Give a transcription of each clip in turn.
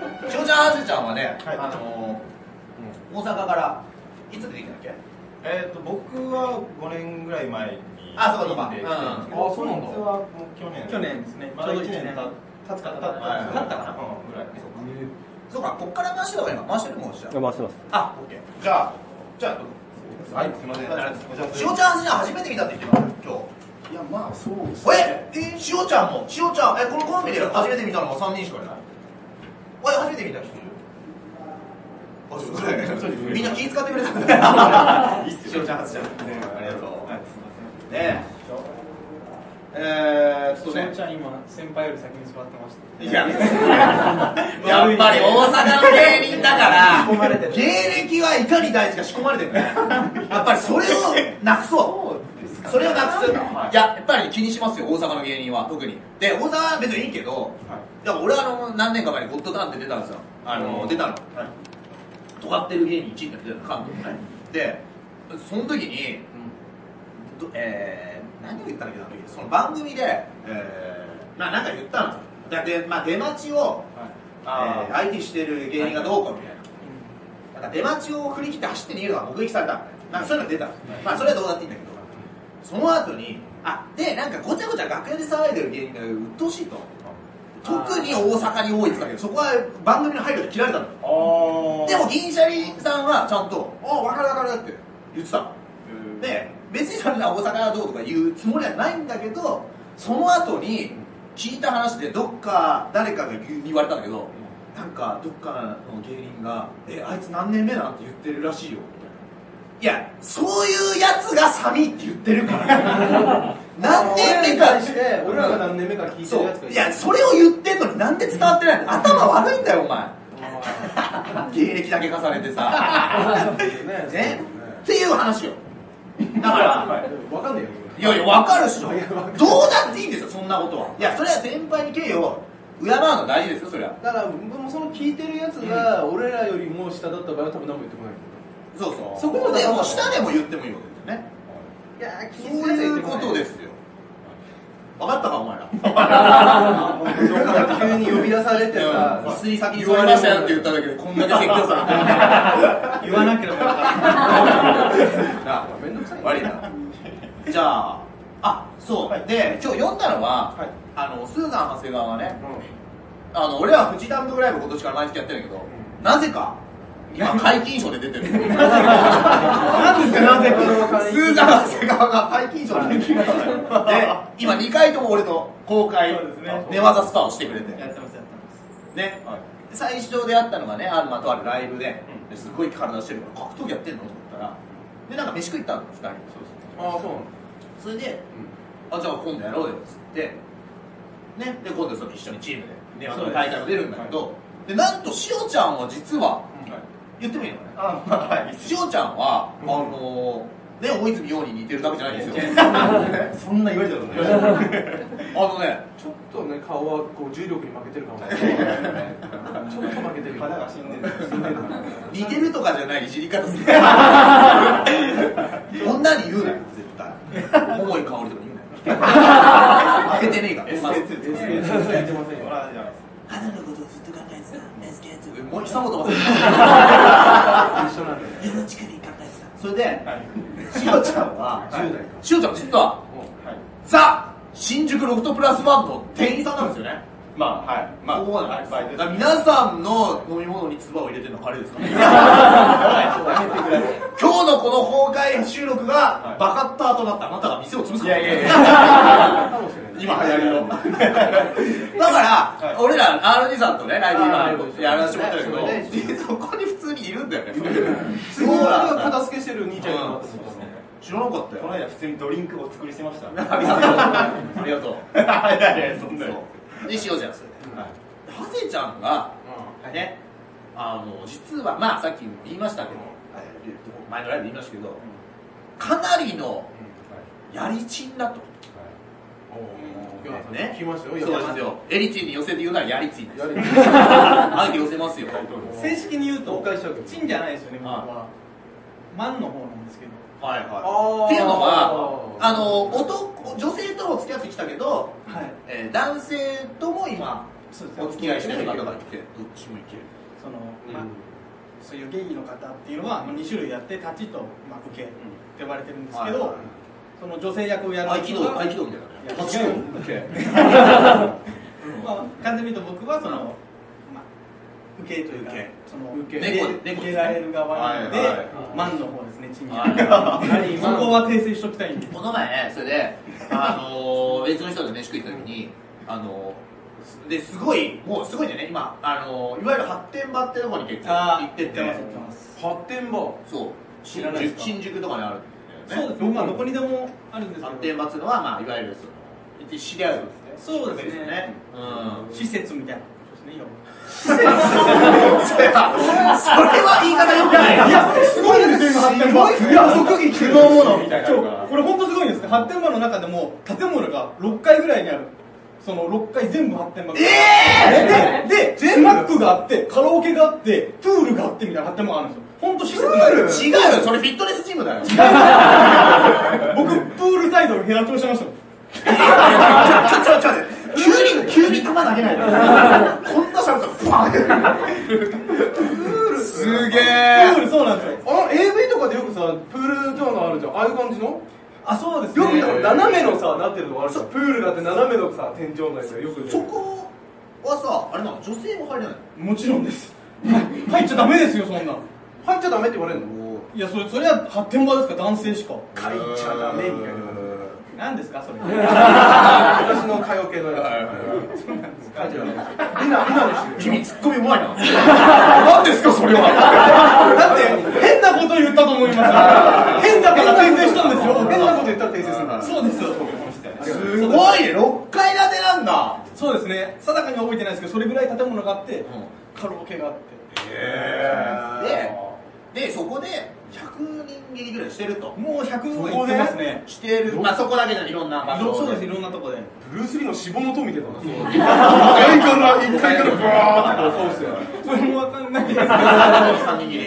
なハセちゃんはね、はいあのー大阪からいつ出てきたっけえっと僕は5年ぐらい前にあそうかそうか来てるんですけうんどあそうなんだこいつはもう去年去年ですねまだ1ちょうど一年年経つか経ったはい経ったかなうんぐらいねそうかこっから回してた方がいいの回してるもんじ回ゃしてます。あオッケーじゃあじゃあどうぞはいすいませんありがとうございますしおちゃんハセちゃん初めて見たって言ってました今い日やまあそうですええしおちゃんもしおちゃんえこのコンビで初めて見たのが3人しかいないえ初めて見た人いるあ すごいみんな気使ってくれたんだよしおちゃん初じゃんねありがとうはいねええー、ちょっとねちゃん今先輩より先に座ってましたいや、 やっぱり大阪の芸人だから、芸歴はいかに大事か仕込まれてるね。やっぱりそれをなくそう。それをなくす。いや、やっぱり気にしますよ、大阪の芸人は、特に。で、大阪は別にいいけど、だから俺はあの、何年か前にゴッドタンって出たんですよ。あの、出たの。尖ってる芸人1位になって出たの、関東のね。で、その時に、どえー、何を言ったんだっけなあの時その番組で、えー、まあなんか言ったんですよだで、まあ、出待ちを、あえー相手してる芸人がどうこうみたいななんか出待ちを振り切って走って逃げるのが目撃されたみたいななんかそういうの出たんですよまあそれはどうだっていいんだけどその後にあでなんかごちゃごちゃ楽屋で騒いでる芸人が鬱陶しいと特に大阪に多いって言ってたけどそこは番組の配慮で切られたのあーでも銀シャリさんはちゃんと「あ分かる分かる」って言ってたので別にそんな大阪はどうとか言うつもりはないんだけどその後に聞いた話でどっか誰かが言う言われたんだけどなんかどっかの芸人が「えあいつ何年目なん?」て言ってるらしいよみたいないやそういうやつが寒いって言ってるから 何年目かして俺らが何年目か聞いてそるやつがういやそれを言ってんのになんで伝わってないの頭悪いんだよお前 芸歴だけ重ねてさねねっていう話よだから分かんないよいやいや、わかるっしょ。どうだっていいんですよ、そんなことは。いや、それは先輩に敬意を敬うの大事ですよ、そりゃ。だからもうその聞いてるやつが俺らよりも下だった場合は多分何も言ってこないそうそう。そこまででもう下でも言ってもいいわけですよね。いやそういうことですよ。分かったか、お前ら。急に呼び出されてさ椅子に先に座りましたよって言っただけで、こんだけ説教さ言わなければよかっれてる。 なあためんどくさい悪いな。じゃあ、あ、そう。で、今日読んだのは、はいあの、スーザン長谷川がね、あの、俺らフジ単独ライブ今年から毎月やってるんだけど、なぜか、今、解禁賞で出てる。なんですか、なぜか。スーザン長谷川が解禁賞で出てる。で、今2回とも俺と公開そうですね、寝技スパをしてくれて。てますやってますね、最初で会ったのがねあるまとあるライブで、ですごい体してるから格闘技やってんのと思ったらでなんか飯食い行ったの2人そうああそうそれで、あじゃあ今度やろうよっつってねで今度その一緒にチームでねあの大会も出るんだけど、でなんとしおちゃんは実は言ってもいいのかねあまあはいしおちゃんは、あのーね大泉洋に似てるだけじゃないんですよ そんな言われたことないあのねちょっとね顔はこう重力に負けてるかもしれないちょっと負けてる 肌が死んでる死んでる似てるとかじゃないいじり方 する女に言うなよ絶対桃井かおりとか言うな よ負けてねえから SNS は言ってませんほよらじゃ花のことをずっと考えてたメスケーツもう久本一緒なんだよ世の力に考えてたそれであはいしおちゃんは10代かしおちゃんは実ははいザ新宿ロフトプラスワンの店員さんなんですよねまあはいまあそうなんですバイトでだから皆さんの飲み物に唾を入れてるのは彼ですからね今日のこの公開収録がいバカッターとなったあなたが店を潰すかいらやいやいやかもしれな い今流行りのだから、はい俺ら R2 さんとねライブあー今やらせてもらってそうるねけどそこに普通にいるんだよねすごい片付けしてる兄ちゃんいるなと思って知らなかったこのよ間普通にドリンクお作りしてましたいありがとうやいやそんなのそうでしおちゃんですはいハセちゃんがねあの実はまあさっきも言いましたけどえっと前のライブで言いましたけどかなりのやりちんだとね聞きましたよそうですよエリチンに寄せて言うならやりちんですや りちん相手寄せますよ正式に言うと公開しちゃうけどチンじゃないですよね僕はは万の方なんですけどはいはあっていうのはあの男女性とも付き合ってきたけど、はいえー男性とも今そうですお付き合いしてる方がいねてどっちもいけるその、うんまあ、そういう芸妓の方っていうのは、まあ、2種類やって立ちと、まあ、受けって呼ばれてるんですけど、はいその女性役をやる合気人道は合気道みたいなねいや違うまあ、完全に言うと僕はその、まあ、受けというか受けその受け猫で受猫ですけね受けられる側なので、はいはいマンの方ですねチンはいにそこは訂正しときたいんでこの前ねそれで、あのー別の人と飯食い行った時に、あのーですごいもうすごいんだよね今、あのーいわゆる発展場ってとこに結構行ってて言ってます言ってます発展場そう新知らないです宿か新宿とかにあるんだそようねですねまあどこにでもあるんです発け展ど場っていうのは、まあ、いわゆるその知り合うそうですねうん施設みたいなことですね要はそれは言い方よくないいや、すごいですよ、今、発展場。いや、即着てる。のみたいなのがそうこれ本当すごいんですね。発展場の中でも、建物が6階ぐらいにある。その6階全部発展場。えで、で、スナックがあって、カラオケがあって、プールがあってみたいな発展場があるんですよ。本当施設がある。違うよそれフィットネスチームだよ僕、プールサイドをヘラチョウしてましたもん。ちょ、ちょ、ちょ、急に、急に球投げないで。こんなシャツ、パーンすげプえールそうなんですよ。あ AV とかでよくさプールのあるじゃんああいう感じのあ、そうですよくね見た。ら斜めのさなってるとこあるじゃんプールがあって斜めのさ天井のやつがよく出てそるこはさ、あれなの、女性も入れないもちろんです。入っちゃダメですよ、そんなん。入っちゃダメって言われるののいや、それ、それは発展場ですから、男性しか。入っちゃダメみたいな何ですか、それ。私の歌謡系のやつそうなんですか入っちゃダメ今今のしてる君、ツッコミうまいな。何ですかそれはだって、変なこと言ったと思いました。変だから訂正したんですよ。変なこと言ったら訂正するんだそうです。すごいね、6階建てなんだ。そうですね。定かには覚えてないですけど、それぐらい建物があってん、カラオケがあって。で、で、そこで、100人切りぐらいしてると。もう100ぐらい行ってますね。してる。まあ、そこだけじゃないいろんな場いろそう所です、いろんなとこで。ブルース・リーの死亡の塔みたいだなそう1階から1階からブワーってこうそうしてるそれもわかんないですけど。 3人切り。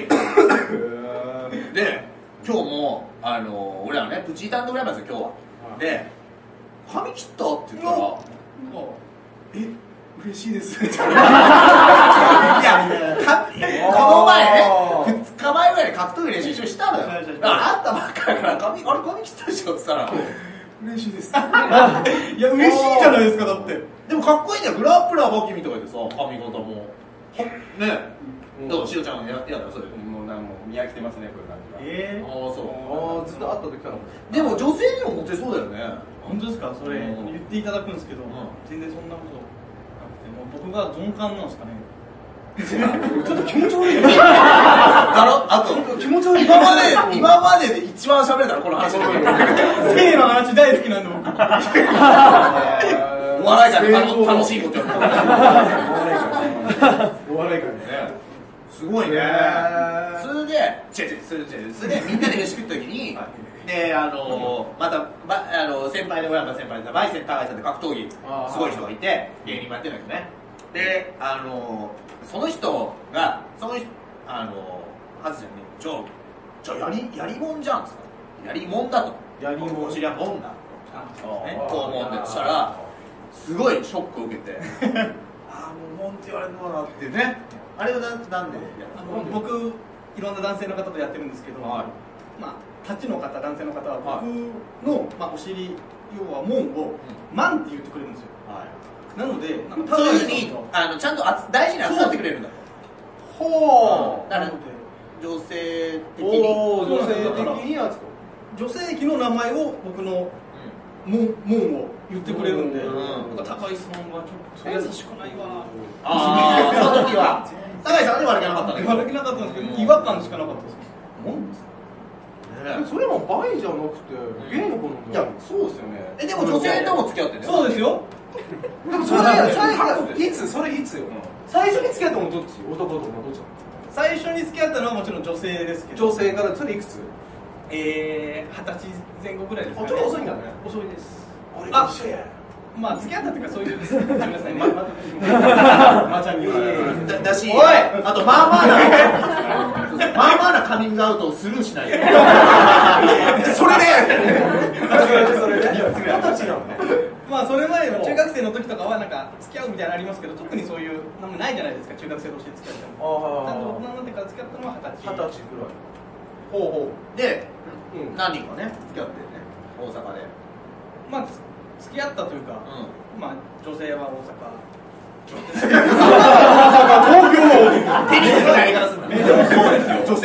で、今日も、あの、俺らね、プチ担当ぐらいまでですよ、今日は。で、髪切ったって言ったら、え、嬉しいです。いや、かこの前ね、2日前ぐらいに格闘技練習一緒にしたのよ。だはいはいからあんたばっかりから、髪、あれ髪切ったでしょって言ったら、嬉しいです。いや、嬉しいじゃないですか、だって。でもかっこいいんだよ、グラップラーバキみとかでさ、髪型も。ほねうんどうしおちゃんがやってやったらそれ。もうなんもう見飽きてますねこういう感あじがえあ、そああずっと会った時かう。らでも女性にもモテそうだよね。本当ですか、それうん言っていただくんですけどうん、全然そんなことなくて、もう僕が鈍感なんですかね。ちょっと気持ち悪いよね。だろあと、気持ち悪い今ま で、今までで一番喋れたらこ の話。 性の話大好きなんで僕 お笑い界で楽楽しいことやった。お笑い界すごいね。それで、違う違う、それで、それで、みんなで飯食った時に、で、あのまた、ばあの先輩で、親方先輩で、バイセン、高橋さんって格闘技あ、ーすごい人がいて、芸人もやってるんですね。で、あのその人が、その人、あのはずちゃんに、じゃあ、じゃあ、やり、やりもんじゃんっつったのやりもんだと。やりもんお尻はもんだ。ねと思うんで、そしたら、すごいショックを受けて、ああ、もうもんって言われるのかなってね。あれはなんなんでやったあのの僕いろんな男性の方とやってるんですけど、はいまあ立ちの方男性の方はは僕の、まあ、お尻要は門を、マンって言ってくれるんですよなのでなんかそういうふうにあタダでのちゃんとあつ大事に扱ってくれるんだほだかならので女性的におお女性的に扱う女性器の名前を僕の門門を言ってくれるんで、うんなんか高井さんはちょっと優しくないわああその時は高井さんはね悪気なかったんだ言けわどれなかったんですけど違和感しかなかったですねそれもバイじゃなくてゲイの子なんいだやよそうですよねえでも女性とも付き合ってんだよそうですよでもそれ最初いつそれいつよ最初に付き合ったのどっち男と女どっち最初に付き合ったのはもちろん女性ですけど女性からそれいくつえー二十歳前後ぐらいですかねいんだね遅いです俺とあ一緒まあ付き合ったっていうかそういうごめん なさいねマちゃんにだだしおいあとまあまあなそうそうまあまあなカミングアウトをスルーしないでそれでそれそれ二十歳なのねまあそれ前の中学生の時時とかはなんか付き合うみたいなのありますけど特にそういうなんもないじゃないですか中学生同士で付き合ってもちゃんと大人になってから付き合ったのは二十二歳十歳ぐらいほうほで、うん何人かね、付き合ってね、大阪で。うまあつ付き合ったというか、まあ女性は大阪テニスのやり方するのね。女性そうですよ。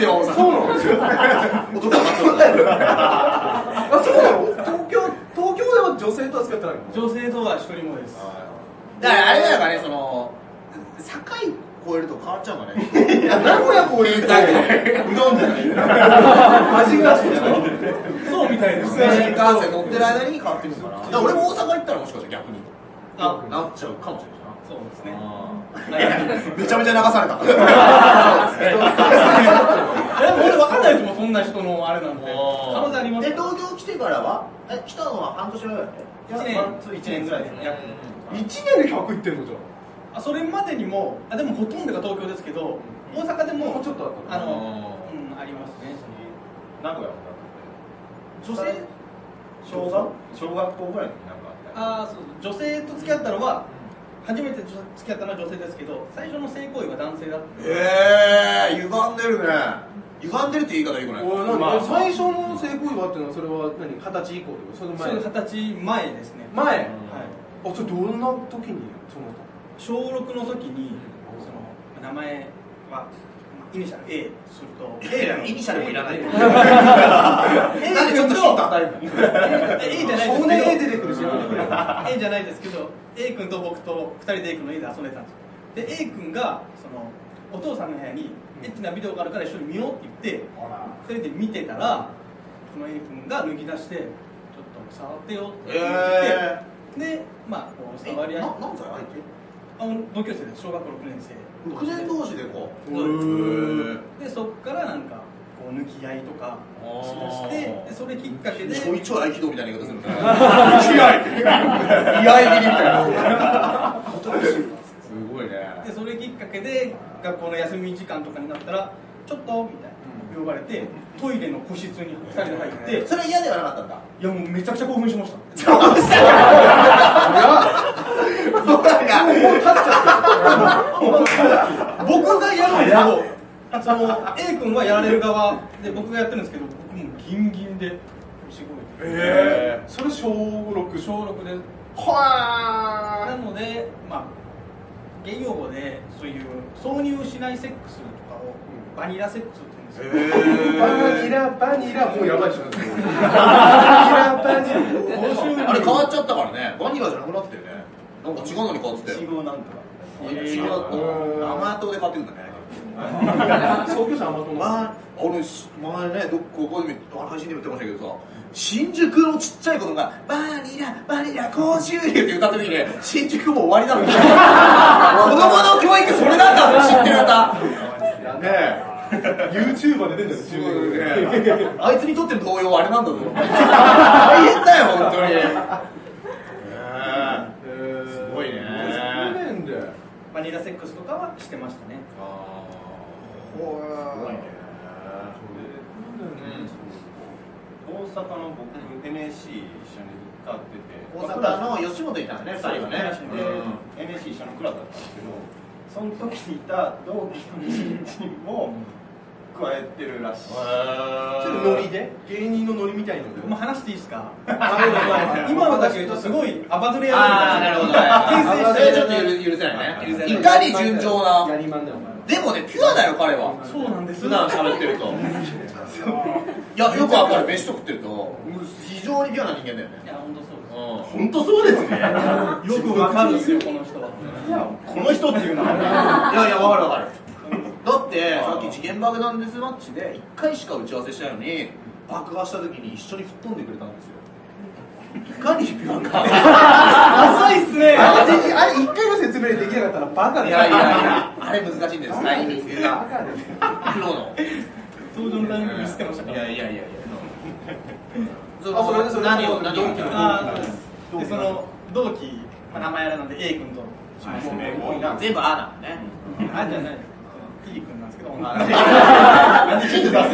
は大阪。そうなんですよ男は松岡だよ。あそうなの東京東京では女性とは付き合ってないの女性とは一人もですだからあれだからね、その、境超えると変わっちゃうのね。いや名古屋こういううどんじゃない。味がしそうみたいです新ね幹線乗ってる間に変わってくるから。だから俺も大阪行ったらもしかしたら逆に。あなっちゃうかもしれないな。そうですねめちゃめちゃ流され た。そうですね。えでも俺分かんないですもんそんな人のあれなんて可能性ありますで東京来てからはえ来たのは半年前だよね1いやまあそう年一一年ぐらいですね約1年で100いってんのじゃあそれまでにもあでもほとんどが東京ですけど大阪でももうちょっとだったあのうんありますね名古屋も女性小学小学校ぐらいの時なんかあった。あーそう女性と付き合ったのは初めて女付き合ったのは女性ですけど最初の性行為は男性だっええー、歪んでるね歪んでるって言い方よくないおいなんまあで最初の性行為はっていうのはそれは何二十歳以降ってことそのたそ前れ二十歳前ですね前はいあそれどんな時にそうなった小の6の時にその名前はイニシャル A すると A イニシャルもいらない A なんでちょっとヒント与えるの A じゃないですけど少年 A 出てくるじゃん A じゃないですけど A 君と僕と2人で A 君の家で遊んでたんですよで A 君がそのお父さんの部屋にエッチなビデオがあるから一緒に見ようって言って2人で見てたらその A 君が脱ぎ出してちょっと触ってよって言って、えでまあこうえ触り合いな何歳相あの同級生です小学校6年生手6年同士でこうそうですーでそっからなんかこう抜き合いとかしだしてでそれきっかけでちょいちょい合気道みたいな言い方するから違い居合切りみたいなすごいね。でそれきっかけで学校の休み時間とかになったら「ちょっと」みたいな呼ばれてトイレの個室に2人で入ってでそれ嫌ではなかったんだいやもうめちゃくちゃ興奮しましたどうしたの僕らが僕がやるんですけどその A 君はやられる側で僕がやってるんですけど僕もうギンギンで腰動いてえそれ小6小小6でなはのでまあ芸用語でそういう挿入しないセックスとかをバニラセックスって言うんですけど、ーバニラバニラもうやばいじゃんバニラバニラあれ変わっちゃったからねバニラじゃなくなってたよねなんか違うのに変わってたよちごなんとか。違ううん甘党で買ってくんだね創業者甘党な前俺し前ねどっここで見あ配信でも言ってましたけどさ新宿のちっちゃい子供が「バニラバニラ甲州流」って歌った時にね新宿もう終わりなの子供の教育それなんだって知ってる歌ねえ。 YouTuber で出てるそうだね。あいつにとっての童謡はあれなんだぞ大変だよ本当にねすごいね6年で バニラセックスとかはしてましたねあすごいねあ。大阪の僕 NSC 一緒に歌ってて。大阪の吉本いたんだね2人はねそうで NSC 一緒のクラスだったんですけどその時にいた同期の新人も加えてるらしいそれノリで芸人のノリみたいなのでまあ、話していいですかあ今のだけ言うとすごいアバズレやああなる ほどねそ訂正してれちょっと許せないねいかに順調なやりまんだよお前でもね、ピュアだよ、彼は。そうなんです普段喋ってると。いや、よくわかる。飯食ってると、非常にピュアな人間だよね。いや本当そううん。本当そうですね。いやです よくわかるんですよこの人は、この人っていうのはいや、わかるわかる。だって、さっき時限爆弾デスマッチで、1回しか打ち合わせしたのに、爆破した時に一緒に吹っ飛んでくれたんですよ。いかにピュアか。浅いっすねあれであれ一回の説明できなかったらバカいだよやいやいや、 あれ難しいんです。タイミングバが。カだよプロの。登場のタイミングミスってましたからいやいやいや。うあそれそれ何を、何を。同期のあーそうですでその同期、まあ、名前あれなんで A 君とごめん多いな全部あなのね。あじゃない T 君なんですけど本当あに何ヒント出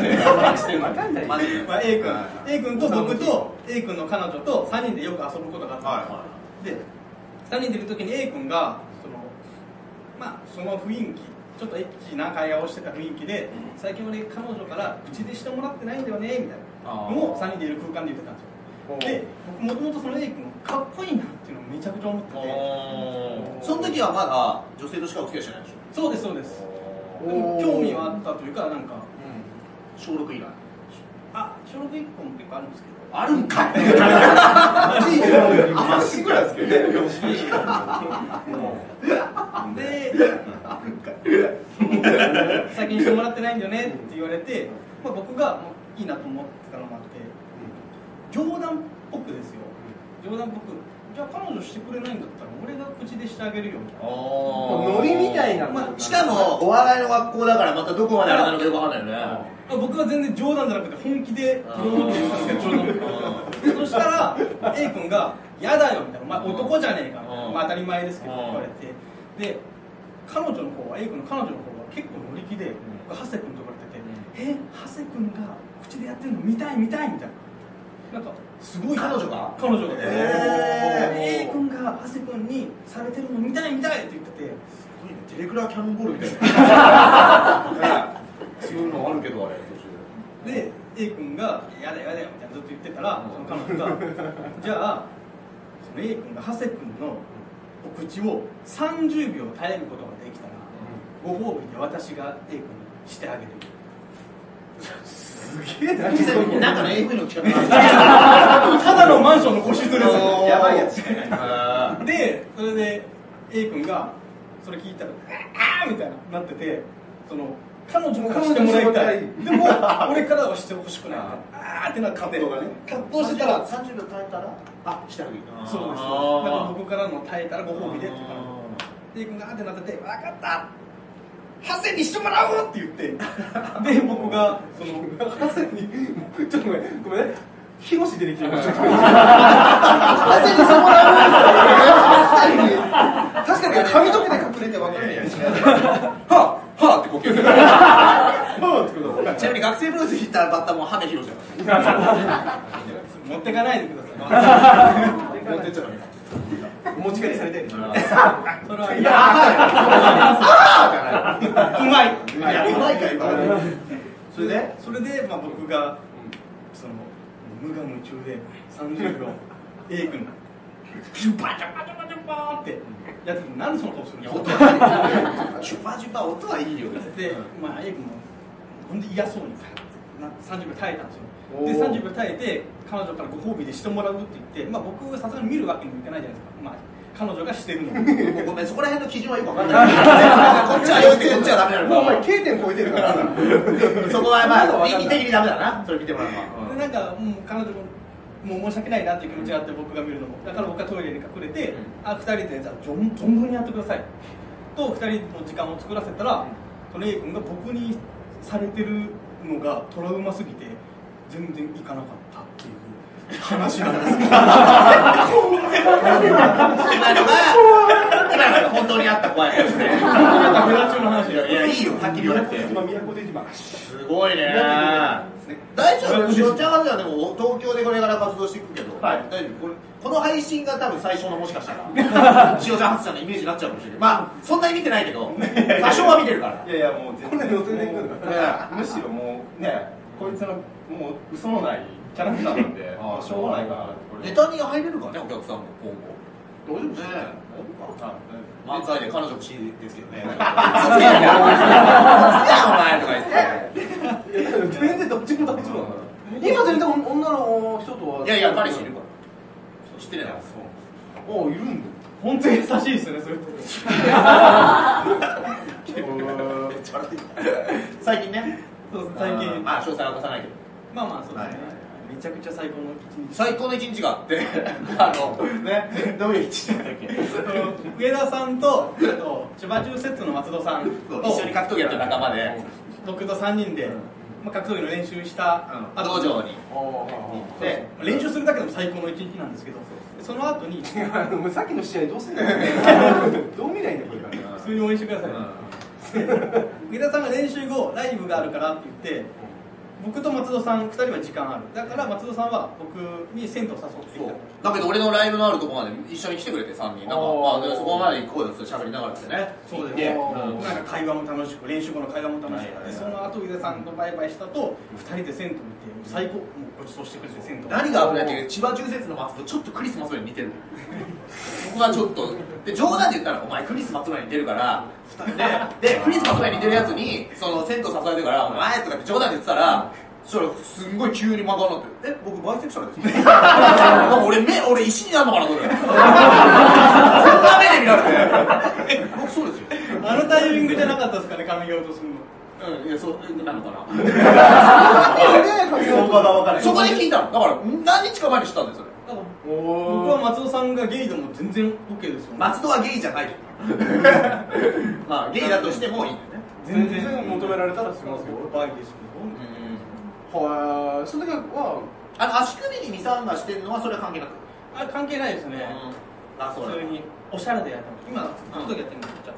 すねわかんないマジでまあ、A 君は A 君と僕と A 君の彼女と3人でよく遊ぶことがあったんです、で3人でいる時に A 君がそのまあその雰囲気ちょっとエッチな会話をしてた雰囲気で最近俺彼女から口でしてもらってないんだよねみたいなのを3人でいる空間で言ってたんですよで僕もともとその A 君がかっこいいなっていうのをめちゃくちゃ思っててその時はまだ女性としかお付き合いしてないでしょそうですそうですでも興味はあったというかなんか小6以来あ小6一本結構あるんですけどあるんかいあ足ぐらいですけどねで、 最近してもらってないんだよねって言われて、まあ、僕がもういいなと思ってたのもあって、冗談っぽくですよ、冗談っぽく、じゃあ彼女してくれないんだったら、俺が口でしてあげるよみたいな。ノリみたいなのまあしかもお笑いの学校だからまたどこまであれなのかよくわかんないよねまあ僕は全然冗談じゃなくて本気であー取ろうって言ったんですけど冗談でそしたら A 君が「やだよ」みたいな「お前男じゃねえか」みたいなうんまあ当たり前ですけどうん言われてで彼女の方は A 君の彼女の方は結構乗り気で僕ハセ君と呼ばれてて「えハセ君が口でやってるの見たい見たい」みたいななんかすごい彼女が彼女がへー A 君がハセ君にされてるの見たい見たいって言っててテレクラキャノンボールみた いなそういうのあるけどあれで A 君が「やだやだよ」みたいなずっと言ってたらその彼女 が「じゃあその A 君が長谷君のお口を30秒耐えることができたらご褒美で私が A 君にしてあげる」なんかね AV の企画ただのマンションの個室ですよやばいやつしかいないがでそれで A 君がそれ聞いたら「ああ!」みたいななっててその彼女からしてもらいたいでも俺からはしてほしくないああーってなって葛藤がね葛藤してたら30秒耐えたらあしたらいいなそうですあーよだから僕からの耐えたらご褒美でって言うあからで君があってなってて「分かったハセにしてもらう!」って言ってで僕がその博士にちょっとごめんごめんねヒロシ出てきてるちょっとー 汗に染まらない確かに髪の毛で隠れて分かるはぁはぁって呼吸するちなみに学生ブルース引いたバッターも羽広じゃない持ってかないでくださ 持ってっちゃダメお持ち帰りされてるい それはいやうまいうまいうまいか今それでそれで、まあ、僕がその無我夢中で30秒 A 君がジュバジャバジャバジャバーってやっててなんでその顔するんいでやす音はかいいチュパチュパ音はいいよで、まあ、エイブもほんで嫌そうにな30秒耐えたんおでーすよで30秒耐えて彼女からご褒美でしてもらうって言って、まあ、僕さすがに見るわけにもいかないじゃないですか、まあ、彼女がしてるのにでごめんそこら辺の基準はよくわかんないこっちは良いってこっちはダメなのもうお前か K 点超えてるからそこはまあ意味的にダメだなそれ見てもらえばなんかもう彼女ももう申し訳ないなっていう気持ちがあって僕が見るのもだから僕はトイレに隠れて、あ2人でじゃあ存存分にやってくださいと2人の時間を作らせたら、その A 君が僕にされてるのがトラウマすぎて全然行かなかったっていう話なんです今のが今のが本当にあった怖いですねフラ中の話いだよ。やいいよはっきり言わなくて今宮古出島すごいね大丈夫しょっちゃんはでも東京でこれから活動していくけど、はい大丈夫これこの配信が多分最初のもしかした らしおちゃん初ちゃんのイメージになっちゃうかもしれないまあそんなに見てないけど多少は見てるからいやいやもう全然こんなの全然来るいやむしろもうねこいつのもう嘘のないキャラクターなんでもうしょうがないかなってこれネタに入れるかねお客さんも今後大丈夫ですねあ漫才で彼女欲し いですけどね。嘘つけよ、嘘つけよお前とか言って。全然どっちも大丈夫なの今全然女の人とはいやいや、彼氏いるから。 知ってるやん。おいるんだ本当に優しいですね、それ。最近ね。そう最近、ままああ、詳細は明かさないけど。まあそうですねはい。めちゃくちゃ最高の一日。最高の一日があ って、あの、ね、どういう一日だったっけ上田さんと、あと千葉中節の松戸さんそうと一緒に格闘技やってる仲間で、僕と三人で、まあ格闘技の練習したあ道後場に。で練習するだけでも最高の一日なんですけど、その後にいやあのさっきの試合どうすん だよどう見ないんだよこれから普通に 応援してください。上田さんが練習後ライブがあるからって言って僕と松戸さん2人は時間あるだから松戸さんは僕に銭湯誘ってきそうただけど俺のライブのあるとこまで一緒に来てくれて3人なんか、まあ、そこまで行こうよそれ喋りながらですねそうでですすねなんか会話も楽しく練習後の会話も楽しくはいでその後井田さんとバイバイしたと2人で銭湯行って最高もうごちそうしてくれて銭湯何が危ないって千葉重説の松とちょっとクリスマスに似てるのよそこがちょっとで冗談で言ったら「お前クリスマスに似てるから」ででクリスマスに似てるやつにその銭湯支えてるから「お前」とかって冗談で言ってたらそれすんごい急に間がなって「え僕バイセクシャルです」 なんか俺目俺石になるのかなと思ってそんな目で見られて「え僕そうですよ」あのタイミングじゃなかったですかね髪切ろうとするのうんいや そうなのかな相場が分かれそこで聞いたのだから何日か前に知ったんですよだから僕は松尾さんがゲイでも全然 OK ですよね松戸はゲイじゃないよ まあゲイだとしてもいいんだよね全全然然求められたらしますよ俺バイですけはいその時はあの足首にミサンガしてるのはそれは関係なく、どあ関係ないですねあそう普だ通におしゃれでやってます今ちょっとやってみますじゃあ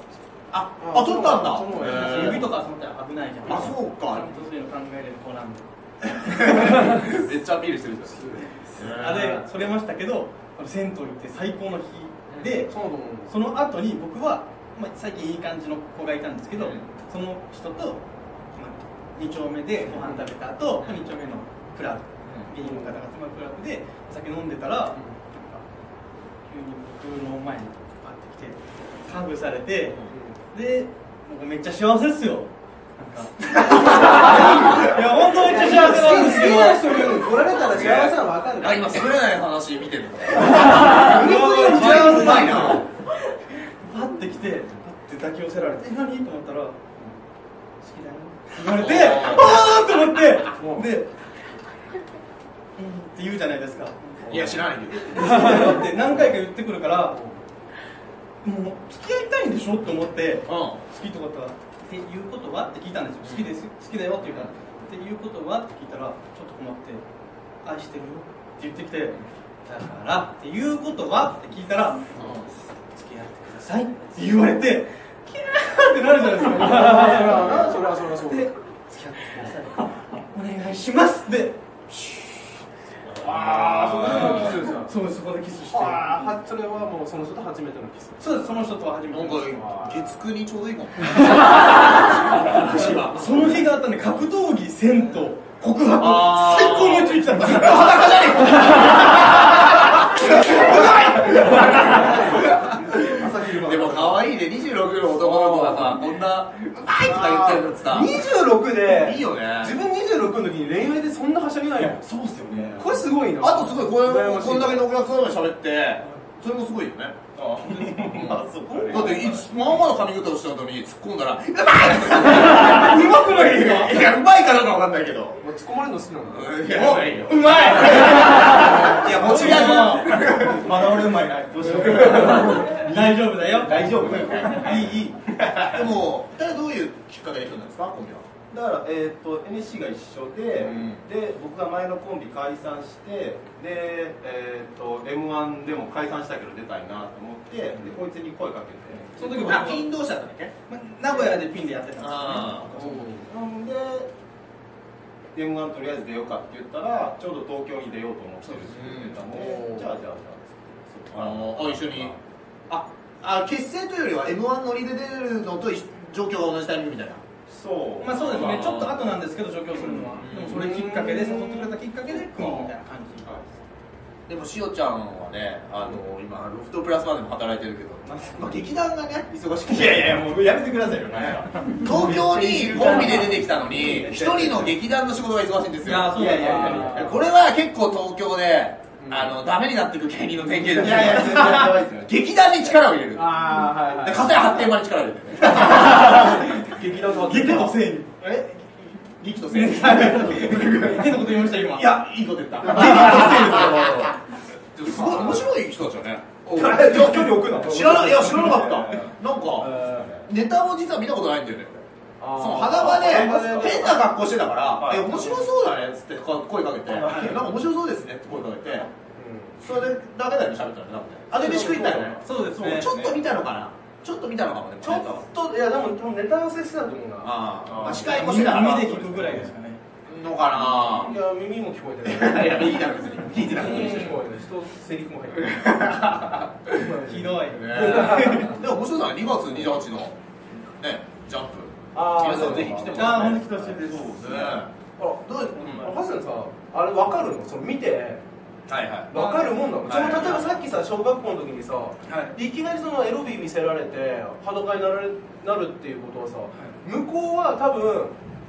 ああ取ったんだそうそうあへー指とか遊んだら危ないじゃんあそうちかゃんとそういうの考えれる子なんでめっちゃアピールしてるじあれそれましたけどあの銭湯行って最高の日でそうなのその後に僕は、まあ、最近いい感じの子がいたんですけど、うんその人と、ま2丁目でご飯食べた後、うん2丁目のクラブ、芸人の方が集まるクラブでお酒飲んでたら、急に僕の前にパッて来てハグされて、で僕めっちゃ幸せっすよなんかいや本当めっちゃ幸せなんですけど好きな人に来られたら幸せはわかるあ今滑らない話見てるの幸せうまいなパッて来てパッて抱き寄せられて「え何?」と思ったら「好きだよ」って言われて「ああ!」と思ってで「うん」って言うじゃないですかいや知らないよだって何回か言ってくるからもう付き合いたいんでしょって思ってうん「好きとかってことは?」っていうことはって聞いたんですよ「好きですよ好きだよ」って言うから「っていうことは?」って聞いたらちょっと困って「愛してるよ」って言ってきて「だから」っていうことはって聞いたら「付き合ってくださいって言われてキャーってなるじゃないですそれはかなそれはそれはそうで付き合ってくださいお願いしますでああそこでのキスですよそうですそこでキスしてああそれはもうその人と初めてのキスそうですその人とは初めての人なんか月9にちょうどいいかもその日があったんで格闘技銭湯告白あー最高の一日だったんですよ朝 昼でも可愛いね26の男の子がさこんな「うまい!」とか言ってるのってさ26でいいよね自分26の時に恋愛でそんなはしゃぎないのそうっすよねこれすごいなあとすごいこ羨れましいこんだけのお客様に喋ってそれもすごいよねあそうかだっていつまんまの髪型をしたのに突っ込んだら「うまい!」うまくないですいやうまいかどうかわかんないけどもう突っ込まれるの好きなのいやうまいよかうまいやい持ち味のいまだ俺うまいなどうしよう大丈夫だよ大丈夫いいいいでも二人どういうきっかけで来たんですか今夜はだから、えー、と NSC が一緒で、うんで僕が前のコンビ解散してで、えー、と m 1でも解散したけど出たいなと思ってでこいつに声かけてその時僕あピン同士だったんだっけま名古屋でピンでやってたんですあなんで m 1とりあえず出ようかって言ったらちょうど東京に出ようと思ってるって言ってたんで、うんじゃあじゃあじゃああのあ一緒にああ結成というよりは m 1乗りで出るのと一緒状況が同じタイミングみたいなそうまあそうですあねーちょっと後なんですけど上京するのはうんでもそれきっかけで誘ってくれたきっかけで組むみたいな感じでもしおちゃんはねあの今ロフトプラスワンでも働いてるけどまあ劇団がね忙しくていやいやもうやめてくださいよなんか東京にコンビで出てきたのに一人の劇団の仕事が忙しいんですよあーそうだいやいやいやいやこれは結構東京で、うんあのダメになっていく芸人の典型いでやいや全然やばいですよ劇団に力を入れるでああはいはい片や発展場に力を入れる劇団激怒せいにえ劇と正義変なこと言いました今いやいいこと言った劇と正義ですごい面白い人たちだね距離置くな知らないいや知らなかったなんかネタも実は見たことないんだよねそその肌場で変変な格好してたから「はいえ面白そうだね」っつってこ声かけて「なんか面白そうですね」って声かけてそれでだけだよね喋ったのねなんかねあで飯食いに行ったよねそうですそうねちょっと見たのかなちょっと見たのかもねちょっといやでもネタ寄せしてたと思うなああ、まああ、ー司会もしてたから耳で聞くぐらいですかねうのかいや耳も聞こえ てるないやいいな別に聞いてなくていいし耳も聞こえてる人セリフも入ってるひどいね でも面白いな2月28のねジャンプあー皆さんぜひ来てもああらって本ね当に久しぶりですそうねはあらどううんハセンさあれ分かるのその見ていはい分かるもんなの、はいその例えばさっきさ小学校の時にさ、、はいきなりそのエロビ見せられて裸になられなるっていうことはさ、向こうは多分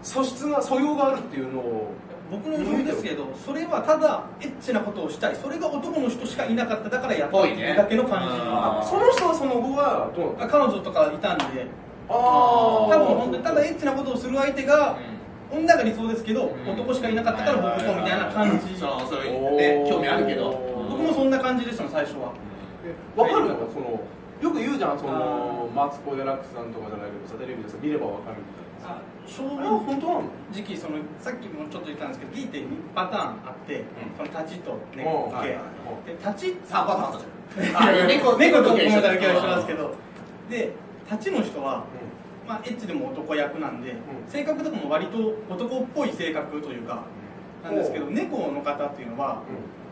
素質が素養があるっていうのを僕の理由ですけどそれはただエッチなことをしたいそれが男の人しかいなかっただからやったっていうだけの感じあーその人はその後はどうなのあ彼女とかいたんであ多ー分本当にただエッチなことをする相手が女が理想ですけどうん男しかいなかったから僕とみたいな感じそうそういうね興味あるけど僕もそんな感じでしたの最初は分かるのそのよく言うじゃんそのマツコ・デラックスさんとかじゃないけどさテレビでさ見れば分かるみたいな正あれは直本当なの時期そのさっきもちょっと言ったんですけど2.2パターンあって、その立ちとう猫ん系、はいで立ち3パターンあったじゃん猫猫と系思一緒っただけは一緒なんですけどで立ちの人は、まあ、エッチでも男役なんで、性格とかも割と男っぽい性格というかなんですけど猫の方っていうのは、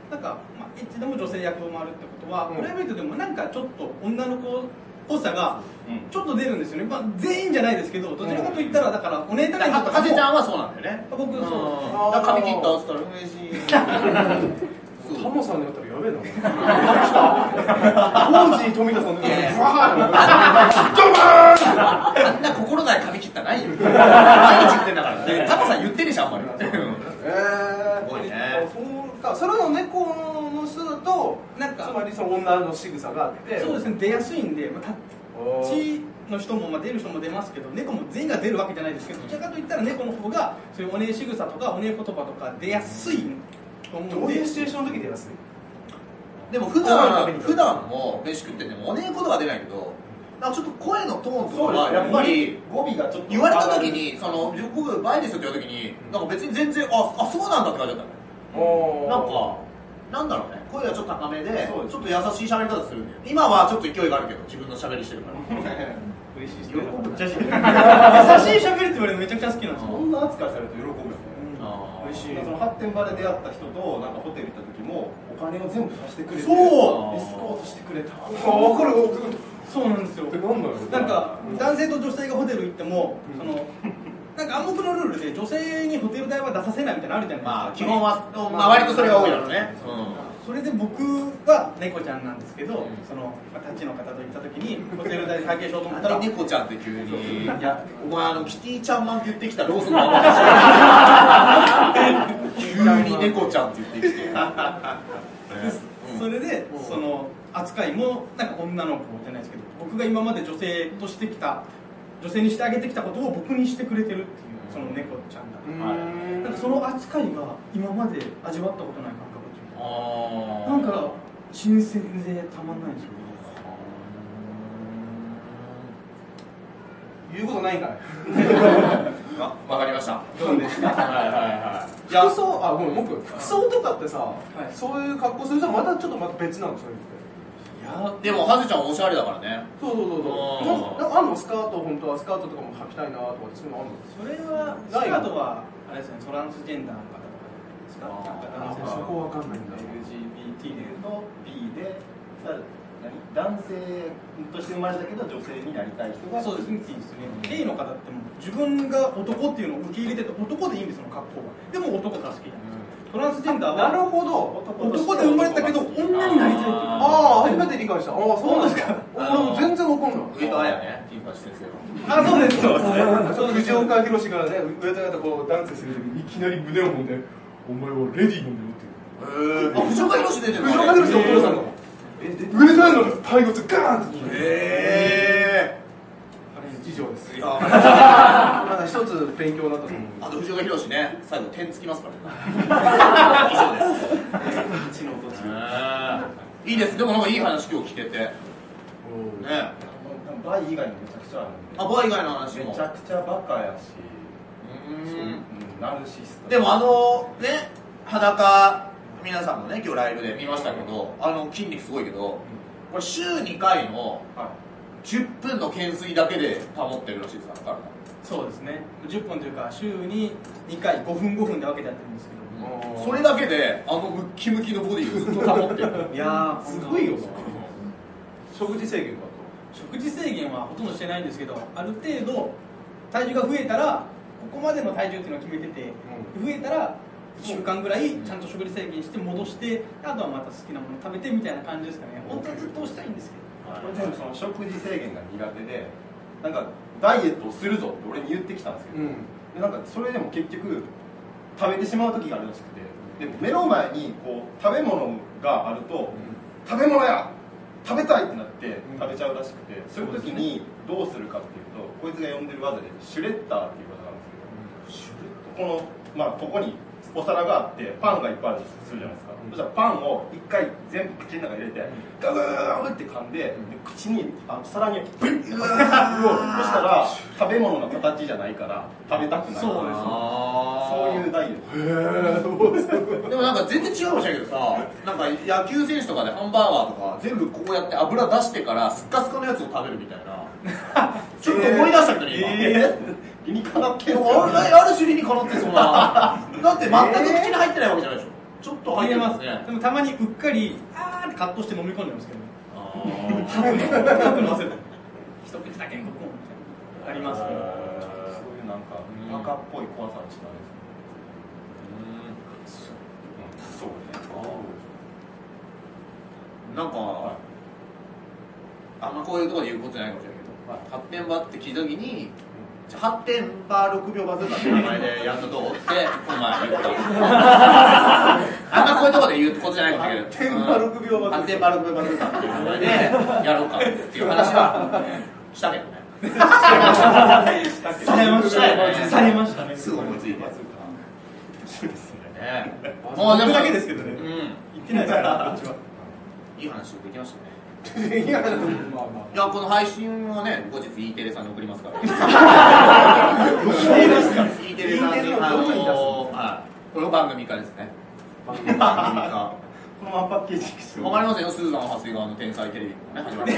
なんか、まあ、エッチでも女性役もあるってことは、うんプライベートでもなんかちょっと女の子っぽさがうんちょっと出るんですよね、まあ、全員じゃないですけどどちらかといったらだからお姉タだレかントらははとかもじちゃんはそうなんだよねう僕そうんだから髪切ったっつったら嬉しい タモさんになったらやべえな 来た当 時富田さんの時にブワーあんな心ない髪切ったないよ 毎日言ってんだからねタモさん言ってるじゃんあんまりえすごいねそうかそれの猫の人だとなんかつまりその女の仕草があってそうですね出やすいんで、まあ、タッおーチの人も、まあ、出る人も出ますけど猫も全員が出るわけじゃないですけどどちらかといったら猫の方がそういうおねえ仕草とかおねえ言葉とか出やすいと思どうんういでうシチュエーションの時でやすいでも普段普段も飯食っててもおねえことは出ないけどなんかちょっと声のトーンとかはやっぱり語尾がちょっと言われた 時にその僕バイですよって言われた時になんか別に全然ああそうなんだって感じだったのおなんかなんだろうね声がちょっと高めでそうですちょっと優しい喋り方するんだよ今はちょっと勢いがあるけど自分の喋りしてるから嬉しいしめっちゃ優しい喋りって言われるのめちゃくちゃ好きなんですそよんな扱いされると喜ぶよねあー嬉しいその発展場で出会った人となんかホテル行った時もお金を全部貸してくれそてうエスコートしてくれたあこれおくそうなんですよなんだよなんか男性と女性がホテル行っても、そのなんか暗黙のルールで女性にホテル代は出させないみたいなのあるじゃないですか、まあ基本は周りとそれが多いだろうねうそれで僕は猫ちゃんなんですけど、うんそのまあタッチの方と行った時にホテル代会計しようとん思っあたらとい猫ちゃんって急にいやお前あのキティちゃんマンって言ってきたローソン の話急に猫ちゃんって言ってきて、ねうんそれでうんその扱いもなんか女の子じゃないですけど僕が今まで女性としてきた女性にしてあげてきたことを僕にしてくれてるっていうその猫ちゃんが、なんかその扱いが今まで味わったことない感覚っていうかあーなんか新鮮でたまんないですよね言うことないんかいあわかりましたそうねはいはいはい服装あごめん僕 服装とかってさ、いそういう格好する人はまたちょっとまた別なのそういうのっていやでもハズちゃんおしゃれだからねそうそうそうそうあーなんかあんのスカート本当はスカートとかも履きたいなとかってそういうのあるのそれはスカートはあれですねトランスジェンダーの方とかですかあーあなんか男性ーそこわかんないんだ LGBT の B でさ何男性として生まれたけど女性になりたい人がそうですね、いいですね。ゲイの方ってもう自分が男っていうのを受け入れてて男でいいんですよその格好が。でも男が好きじゃない。トランスジェンダーなはるほど男として男で生まれたけど男が好き女になりたいっていう。あああ初めて理解したああそうなんですかあの俺も全然わかんない上戸彩ねティンパチ先生のあ、そうですそうです。藤岡弘がね上田がこうダンスしてる時にいきなり胸を揉んでお前はレディーなんえあだよって藤岡弘出てる藤岡弘のお父さんの上田の体骨ガーンってえあれ以上ですえー、まだ一つ勉強になったと思あと藤岡弘ね最後点つきますからね以上ですいいですでもなんかいい話今日聞けてねうバイ以外にもめちゃくちゃあるんであバー以外の話もめちゃくちゃバカやしうそうーんうんナルシストでもあのね裸皆さんもね今日ライブで見ましたけどあの筋肉すごいけどこれ週2回のは10分の懸垂だけで保ってるらしいですからそうですね10本というか週に2回5分5分で分けてやってるんですけどそれだけであのムッキムキのボディずっと保ってるいやーすごいよな食事制限が食事制限はほとんどしてないんですけどある程度体重が増えたらここまでの体重っていうのを決めてて、増えたら1週間ぐらいちゃんと食事制限して戻してあとはまた好きなもの食べてみたいな感じですかね本当はずっとしたいんですけどでもその食事制限が苦手でなんかダイエットをするぞって俺に言ってきたんですけど、でなんかそれでも結局食べてしまう時があるらしくてでも目の前にこう食べ物があると、食べ物や食べたいってなってうん食べちゃうらしくて、そういう時にどうするかっていうとこいつが呼んでる技でシュレッダーっていう技なんですけど、この、まあ、ここにお皿があってパンがいっぱいあるとするじゃないですか、うんそしたらパンを一回全部口の中に入れて、ガブーって噛んでで口にあの皿にブリッてうわーそしたら食べ物の形じゃないから食べたくなるそうですそういうダイエットでもなんか全然違うかもしれないけどさなんか野球選手とかでハンバーガーとか全部こうやって油出してからスッカスカのやつを食べるみたいなちょっと思い出したけどね今、理にかなってでんすもよあれある種理にかなってそうなだって全く口に入ってないわけじゃないでしょちょっと入っ入てれまますすねねでもたまにうっかりあーってカットして飲み込んでますけどあ書くの忘れて一口だけ飲み込むみたいなありますねそういうなんかうん赤っぽい怖さの違いですねーそうねなんか、あんまこういうところで言うことじゃないかもしれないけど、発展場って聞いたときに、じゃあ発展場6秒バズったって名前でやったとこって、この前言った。あんまこういうところで言うことじゃないかもしれないけど、発展場6秒バズった発展場6秒バズったっていう名前でやろうかっていう話はしたけどね。そうされましたねされましたねすぐ思いついて。まずね、もうで僕もだけですけどねう言ってないからこっちはん、いい話できましたね。いやまあまいや、この配信はね、後日 E テレさんに送りますから。E テレさんに、あのはい、この番組化ですね。番組化。このままパッケージにしてわかりますよ、スーザン長谷川の天才テレビもね、始まりまし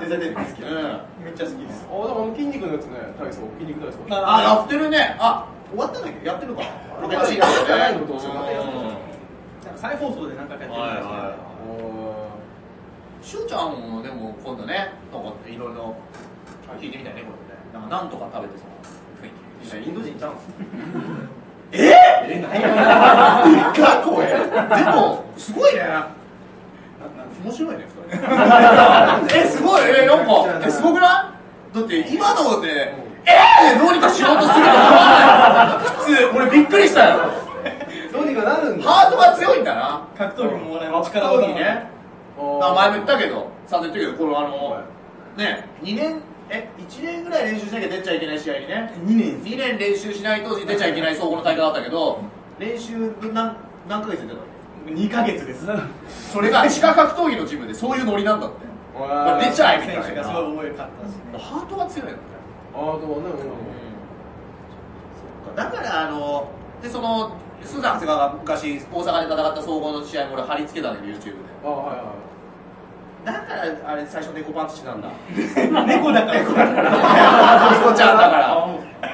デザインテープですけた。どうん。めっちゃ好きですああでもあの筋肉のやつね体操筋肉体操あ、やってるね。あ、終わったんだけど、やってるのか。ロケットシーンとかね。なんか再放送で何回かやってるんですけしゅど、うちゃんもでも今度ね、なんかいろいろ聞いてみたいね、これね。なんかなんとか食べてそうな雰囲気。インド人ちゃうんえかこれでもすごいね面白いね2人えすごいえなんかえすごくないだって今ので、えー、どうにかしようとするのか普通俺びっくりしたよどうにかなるんだハートが強いんだな格闘技ももらえます力力を技ねまあ前も言ったけどさて言ったけどこのあのね2年え1年ぐらい練習しなきゃ出ちゃいけない試合にね2年2年練習しないと出ちゃいけない総合の大会だったけど練習何何ヶ月出たの2ヶ月ですそれが地下格闘技のチームでそういうノリなんだってまあ出ちゃえみたい選な手がすごい覚えかったしねハートが強いのねああでもねそっかだからあのでそのスーザン長谷川が昔大阪で戦った総合の試合も俺貼り付けたんだけど YouTube でああはいはだからあれ最初猫パンチしてたんだ猫だから猫ちゃんだから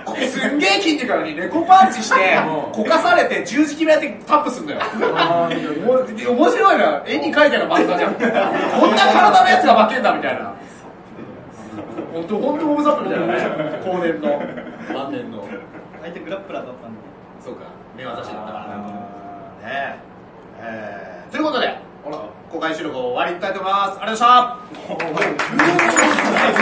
これすんげえ筋肉なのに猫パンチ してうんこかされて十字決めってタップすんだよいああみたいなもう面白いな絵に描いたような漫画じゃんこんな体のやつが負けんだみたいな本当本当ボブサップみたいなね後年の晩年の相手グラップラーだったんでそうか目は差してたからねええーということであら公開収録を終わりにしたいと思いますありがとうございました